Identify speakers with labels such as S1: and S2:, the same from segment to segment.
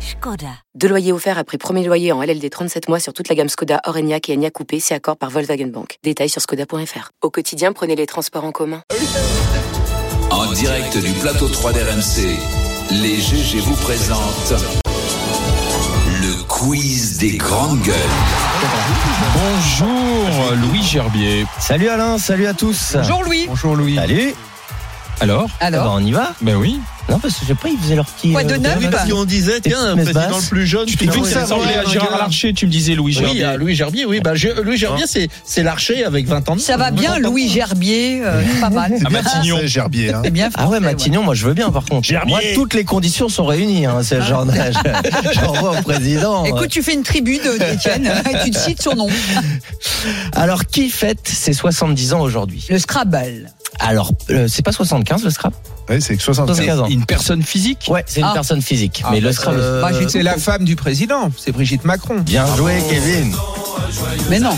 S1: Skoda. Deux loyers offerts après premier loyer en LLD 37 mois sur toute la gamme Skoda, Orenia et Enya Coupé, c'est accord par Volkswagen Bank. Détails sur skoda.fr. Au quotidien, prenez les transports en commun.
S2: En direct du plateau 3 d'RMC, les GG vous présentent le quiz des grandes gueules.
S3: Bonjour Louis Gerbier.
S4: Salut Alain, salut à tous.
S5: Bonjour Louis.
S3: Bonjour Louis.
S4: Salut.
S3: Alors
S4: Eh ben,
S5: Alors
S4: on y va
S3: Ben oui.
S4: Non, parce que je sais pas, ils faisaient leur petit.
S5: Quoi de neuf
S4: petit-
S5: ou pas
S6: Si on disait, tiens, un
S4: Express
S6: président
S4: Bass.
S6: le plus jeune,
S3: Tu t'es
S6: finalement,
S3: vu que
S6: il
S3: ça
S6: ressemblait
S3: ressemblait à Gérard Larcher, tu me disais Louis
S6: Oui,
S3: Gerbier.
S6: à Louis Gerbier, oui. Bah, Gé- Louis
S7: Hein
S6: Gerbier, c'est c'est l'archer avec 20 ans de
S5: ça va bien Louis Gerbier, euh, pas mal.
S3: À Matignon.
S8: Ah, C'est Gerbier. hein.
S5: C'est bien
S4: Ah
S5: français,
S4: ouais, Matignon, moi je veux bien par contre.
S3: Gerbier.
S4: Moi, toutes les conditions sont réunies. Hein, c'est le genre de- je- J'envoie au président.
S5: Ah. Écoute, tu fais une tribune d'Étienne et tu te cites son nom.
S4: Alors, qui fête ses 70 ans aujourd'hui
S5: Le Scrabble.
S4: Alors, euh, c'est pas 75 le Scrap
S8: Oui, c'est que 75.
S4: 75 ans.
S7: Une personne physique
S4: Ouais, c'est une
S5: Ah.
S4: personne physique. mais
S7: Ah,
S4: le
S7: bah,
S4: Scrabble.
S7: euh, bah, C'est la femme du président, c'est Brigitte Macron.
S4: Bien
S8: Ah
S4: joué, Kevin.
S5: Mais non.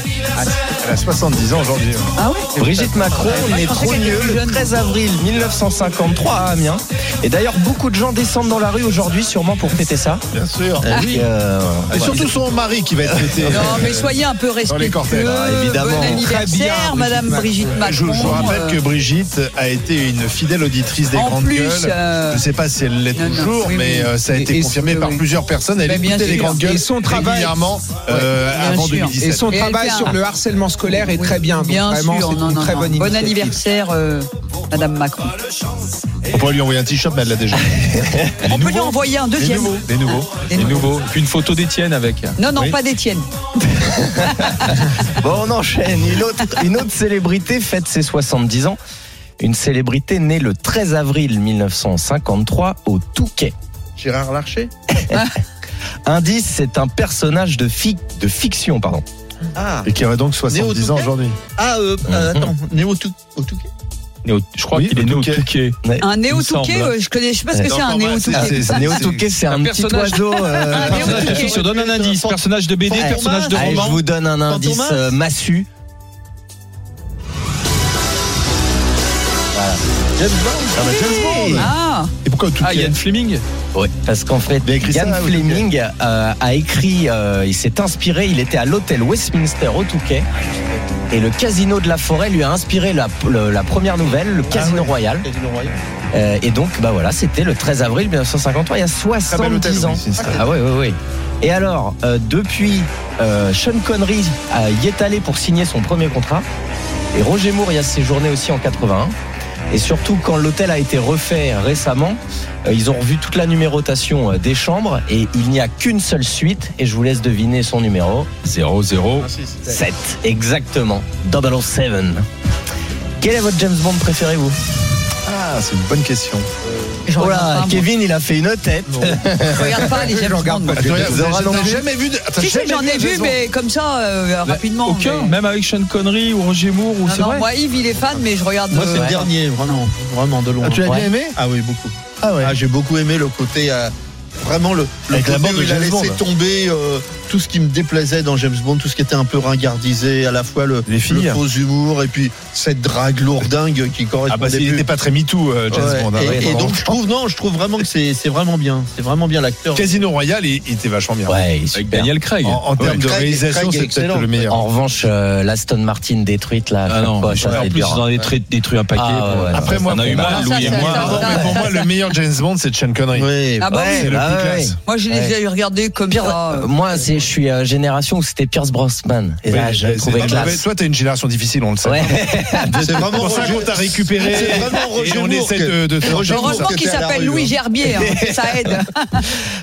S8: Elle a 70 ans aujourd'hui. hein. ouais.
S5: Ah ouais
S4: Brigitte Macron
S8: ah,
S5: Moi, je
S4: est
S5: pensais
S4: trop
S5: qu'elle était
S4: mieux
S5: plus
S4: le
S5: jeune.
S4: 13 avril 1953 à Amiens. Et d'ailleurs, beaucoup de gens descendent dans la rue aujourd'hui, sûrement pour fêter ça.
S8: Bien sûr.
S4: Et, euh,
S8: Ah. Et surtout son mari qui va être fêté.
S5: Non, mais soyez un peu
S8: les
S5: respectueux.
S8: cortèges. Ah,
S4: évidemment.
S5: Bon
S4: Très bien,
S5: anniversaire,
S7: Brigitte
S5: Madame
S7: Macron.
S5: Brigitte
S8: Je, je
S5: Macron. euh,
S8: vous rappelle que Brigitte a été une fidèle auditrice des
S5: En
S8: grandes
S5: plus,
S8: gueules.
S5: euh,
S8: Je ne sais pas si elle l'est
S5: non, non,
S8: toujours,
S5: oui,
S8: mais
S5: oui.
S8: euh, ça a
S7: Et-
S8: été
S7: et-
S8: confirmé par
S7: oui.
S8: plusieurs personnes. Elle
S5: Mais bien
S8: écoutait les
S5: sûr.
S8: grandes gueules
S7: Et son travail-
S8: régulièrement euh,
S5: bien
S8: avant
S5: sûr.
S8: 2017.
S7: Et son
S5: Et elle
S7: travail
S5: fait
S7: sur
S5: un-
S7: le harcèlement scolaire est
S5: Oui.
S7: très bien. donc
S5: Bien
S7: vraiment,
S5: sûr,
S7: c'est
S5: non,
S7: une
S5: non,
S7: très
S5: non.
S7: bonne
S5: Bon
S7: initiative.
S5: anniversaire, euh, Madame Macron.
S8: On pourrait lui envoyer un t-shirt, mais elle l'a déjà.
S5: On peut lui envoyer un
S8: Des
S5: deuxième.
S8: nouveaux. Des nouveaux.
S5: Des
S3: Et
S5: nouveaux.
S3: nouveau. Puis une photo d'Étienne avec.
S5: Non, non, pas d'Étienne.
S4: Bon, on enchaîne. Une autre, une autre célébrité fête ses 70 ans. Une célébrité née le 13 avril 1953 au Touquet.
S8: Gérard Larcher
S4: Indice, c'est un personnage de, fi- de fiction. pardon.
S6: Ah,
S8: Et qui aurait donc 70 ans
S6: Touquet
S8: aujourd'hui.
S6: ah euh, euh, attends, Néo tout
S3: Né au- Je crois
S8: Oui,
S3: qu'il est
S8: au
S3: né au
S8: Touquet.
S3: Touquet.
S5: Un
S3: Il me
S5: néo-touquet,
S3: semble.
S5: euh, je connais, je sais pas ce que
S4: Ouais.
S5: Ah, c'est un néo-touquet.
S8: C'est-
S4: Néo
S8: c'est-
S4: Touquet, c'est un,
S3: un
S4: petit
S3: personnage.
S4: oiseau. euh,
S5: Un néo-
S3: Personnage de fiction, donne un indice. Personnage de BD,
S6: Fantomas.
S3: personnage de
S4: Allez, je
S3: roman.
S4: vous donne un indice
S6: Fantomas
S4: euh, massu.
S6: James Bond.
S4: Ah bah, James Bond.
S5: Ah,
S8: Et pourquoi au Touquet
S3: Ah, Yann Fleming
S4: Oui, parce qu'en fait,
S8: Il a écrit
S4: Ian
S8: ça, au
S4: Fleming euh, a écrit, euh, il s'est inspiré, il était à l'hôtel Westminster au Touquet. Et le casino de la forêt lui a inspiré la, le- la première nouvelle, le casino
S8: Ah ouais.
S4: royal.
S8: Casino Royal.
S4: Euh, et donc, bah voilà, c'était le 13 avril 1953, il y a
S8: Très bel hôtel,
S4: 70 ans.
S8: Westminster.
S4: Ah oui, oui, oui. Et alors, euh, depuis, euh, Sean Connery euh, y est allé pour signer son premier contrat. Et Roger Moore y a séjourné aussi en 81. Et surtout, quand l'hôtel a été refait récemment, euh, ils ont revu toute la numérotation euh, des chambres et il n'y a qu'une seule suite. Et je vous laisse deviner son numéro.
S3: 0-0.
S6: Ah, si, si, si.
S4: 7, exactement. 007. Quel est votre James Bond préféré, vous
S8: Ah, c'est une bonne question.
S5: je
S4: Oh
S5: regarde pas,
S4: là,
S5: moi.
S4: Kevin, il a fait une tête.
S5: Je regarde pas les James
S7: regarde
S5: Bond, moi.
S8: Attends, vous
S4: Zora
S8: avez-
S4: non
S8: t'as
S4: plus.
S8: jamais vu de- t'as
S5: Si, si,
S8: jamais
S5: j'en ai
S8: de
S5: vu,
S8: raison.
S5: mais comme ça, euh, rapidement.
S3: Aucun,
S5: mais-
S3: même avec Sean Connery ou Roger Moore, ou c'est
S5: Non,
S3: vrai
S5: moi, Yves, il est fan, mais je regarde.
S6: Moi,
S5: euh,
S6: c'est le dernier, vraiment, vraiment de loin.
S4: Ah, tu l'as bien
S6: Ouais.
S4: aimé
S6: Ah oui, beaucoup.
S4: Ah ouais.
S6: Ah, j'ai beaucoup aimé le côté. euh, Vraiment le, le
S8: Avec la
S6: côté
S8: bande
S6: où
S8: de
S6: il a
S8: James
S6: laissé
S8: Bond.
S6: tomber euh, tout ce qui me déplaisait dans James Bond, tout ce qui était un peu ringardisé, à la fois le,
S8: Les filles.
S6: le faux humour et puis cette drague lourdingue qui
S8: Ah bah
S6: correspondait
S8: il
S6: plus.
S8: n'était pas très MeToo, euh, James
S6: Ouais,
S8: Bond. hein,
S6: et,
S8: ouais,
S6: et
S8: pardon.
S6: donc je trouve non, je trouve vraiment que c'est c'est vraiment bien, c'est vraiment bien l'acteur.
S8: Casino Royal, il, il était vachement bien.
S4: Ouais, il est
S3: Avec
S4: super.
S3: Daniel Craig.
S8: En, en termes de
S6: Craig-
S8: réalisation,
S6: Craig est
S8: c'est peut-être
S6: excellent.
S8: le meilleur.
S4: En revanche, euh, l'Aston Martin détruite là.
S3: Ah non,
S4: pas,
S3: mais en
S4: c'est
S3: plus,
S4: dur,
S3: ils en
S4: hein.
S3: ont détruit, détruit un paquet.
S4: Ah
S3: pour-
S4: ouais.
S8: Après, moi,
S3: on a
S8: pour
S3: eu
S8: moi-
S3: mal,
S5: Ça,
S3: Louis et
S5: ça,
S3: moi.
S5: ça,
S8: Pardon,
S5: ça,
S8: mais pour
S5: ça,
S8: moi,
S5: ça.
S8: le meilleur James Bond, c'est Sean Connery.
S6: Ouais,
S5: Ah
S6: bah,
S5: bah
S4: Ouais,
S5: oui.
S8: le
S4: bah
S8: plus
S4: ouais,
S8: classe.
S4: ouais.
S5: Moi, je les
S4: Ouais.
S5: ai regardés comme
S4: Pierce-
S5: ça. euh.
S4: euh, moi, c'est, je suis euh, génération où c'était Pierce Brosnan. Et là,
S8: Oui,
S4: je
S8: mais
S4: le trouvais
S8: c'est- mais
S4: classe.
S8: Toi, t'as une génération difficile, on le sait.
S4: Ouais.
S6: c'est
S8: C'est
S6: vraiment
S8: pour ça
S6: Roger-
S8: qu'on t'a récupéré.
S6: C'est vraiment Roger
S8: Et on
S6: Moore
S8: essaie
S6: que-
S8: de, de te
S6: Roger Moore.
S5: Heureusement
S6: J'avoue,
S5: qu'il
S6: c'était à la
S5: s'appelle
S6: rue,
S5: Louis
S6: hein.
S5: Gerbier, hein, ça aide.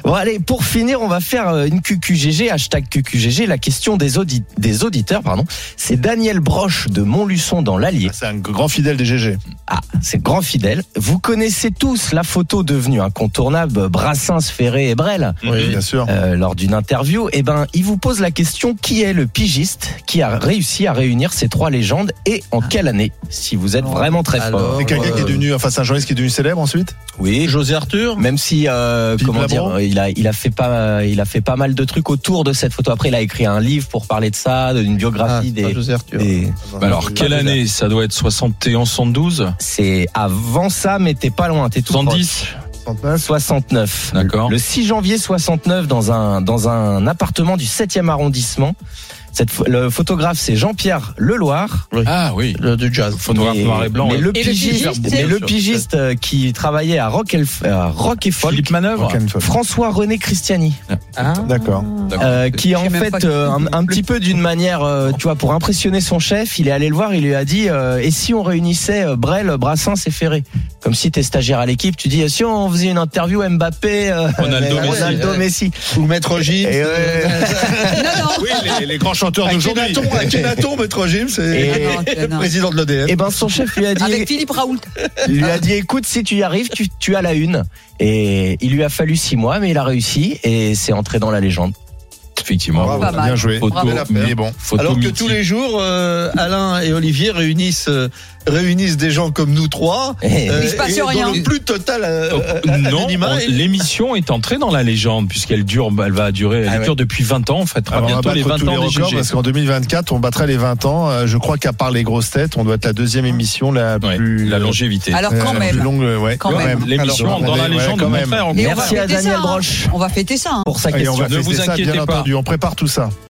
S4: Bon, allez, pour finir, on va faire euh, une QQGG, hashtag QQGG. La question des, audi- des auditeurs, pardon. C'est Daniel Broche de Montluçon dans l'Allier.
S8: C'est un grand fidèle des GG.
S4: Ah, c'est grand fidèle. Vous connaissez tous la photo devenue incontournable, Brassens Ferré et Brel
S8: Oui, bien sûr.
S4: euh, lors d'une interview, eh ben, il vous pose la question qui est le pigiste qui a réussi à réunir ces trois légendes et en quelle année Si vous êtes vraiment très fort.
S8: C'est quelqu'un qui est devenu, enfin, c'est un journaliste qui est devenu célèbre ensuite.
S4: Oui,
S7: José Arthur
S4: même si euh,
S8: Philippe
S4: comment
S8: Labro
S4: dire, il a il a fait pas il a fait pas mal de trucs autour de cette photo. Après, il a écrit un livre pour parler de ça, d'une
S7: Ah,
S4: biographie
S7: c'est pas
S4: des.
S7: José Arthur.
S4: des-
S8: Enfin,
S3: Bah alors,
S8: il-
S3: quelle
S8: il-
S3: année Ça doit être 71, 72,
S4: C'est avant ça, mais t'es pas loin, t'es tout proche.
S3: 110
S8: 69.
S4: 69.
S3: D'accord.
S4: Le 6 janvier 69, dans un, dans un appartement du 7e arrondissement, cette, pho- le photographe, c'est Jean-Pierre Leloir.
S3: Ah oui.
S7: Le- de jazz.
S3: Photographe
S4: Mais-
S3: noir et blanc.
S4: Mais
S3: ouais.
S4: le
S5: Et le
S4: pigiste,
S5: pigiste,
S4: mais
S5: bien
S4: le
S7: sûr.
S4: pigiste, euh, qui travaillait à Rock, et Folk,
S3: Philippe Manœuvre.
S8: Encore une fois.
S4: François-René Christiani,
S8: D'accord.
S4: euh, qui en
S5: sais même pas
S4: fait,
S5: qui-
S4: euh, un, un petit peu d'une manière, euh, tu vois, pour impressionner son chef, il est allé le voir, il lui a dit euh, Et si on réunissait euh, Brel, Brassens et Ferré Comme si t'es stagiaire à l'équipe, tu dis euh, Si on faisait une interview Mbappé, euh,
S3: Ronaldo
S7: Ah ouais.
S3: Messi.
S4: Ronaldo, Messi.
S3: hein.
S6: Ou Maître Gims.
S4: Et
S3: euh,
S4: ouais.
S5: Non, non.
S8: Oui, les, les grands chanteurs d'aujourd'hui.
S6: Akhenaton, Akhenaton, Maître Gims, c'est
S4: Et-
S5: Non, non, non.
S6: président de l'ODF.
S4: Et ben son chef lui a dit,
S5: Avec Philippe Raoult.
S4: lui a dit écoute si tu y arrives tu, tu as la une et il lui a fallu six mois mais il a réussi et c'est entré dans la légende.
S3: Effectivement.
S4: Ah
S8: Bravo,
S5: Pas mal.
S8: bien joué.
S3: Photo,
S6: Belle affaire.
S8: mais bon.
S3: Photo
S6: Alors que
S3: mythique.
S6: tous les jours, euh, Alain et Olivier réunissent, euh, réunissent des gens comme nous trois.
S4: Et-
S6: euh,
S5: Il se passe
S6: et dans
S5: rien.
S6: le plus total euh,
S3: Oh,
S6: euh,
S3: non,
S6: anonymat.
S3: on-
S6: Et-
S3: l'émission est entrée dans la légende puisqu'elle dure, elle va durer, elle
S4: Ah ouais.
S3: dure depuis 20 ans en fait.
S8: Alors, on va
S3: bientôt
S8: battre
S3: les 20
S8: tous les
S3: ans des
S8: records
S3: GG.
S8: parce qu'en 2024, on battra les 20 ans. Euh, Je crois qu'à part les grosses têtes, on doit être la deuxième émission la
S3: Ouais,
S8: plus
S3: la longévité.
S5: Alors
S8: euh,
S5: quand
S8: la
S5: même.
S8: plus longue, euh, ouais,
S5: Quand même.
S3: L'émission
S8: Alors,
S3: dans la
S8: ouais,
S3: légende
S8: quand
S3: mon
S8: même.
S3: frère, encore.
S5: Mais on va
S4: Merci à
S5: fêter ça,
S4: Daniel
S5: hein.
S4: Broche
S5: On va fêter ça. hein.
S4: pour sa
S8: Et on
S4: question.
S8: va
S3: Ne
S8: fêter
S3: vous
S8: ça, bien
S3: inquiétez pas.
S8: entendu. On prépare tout ça.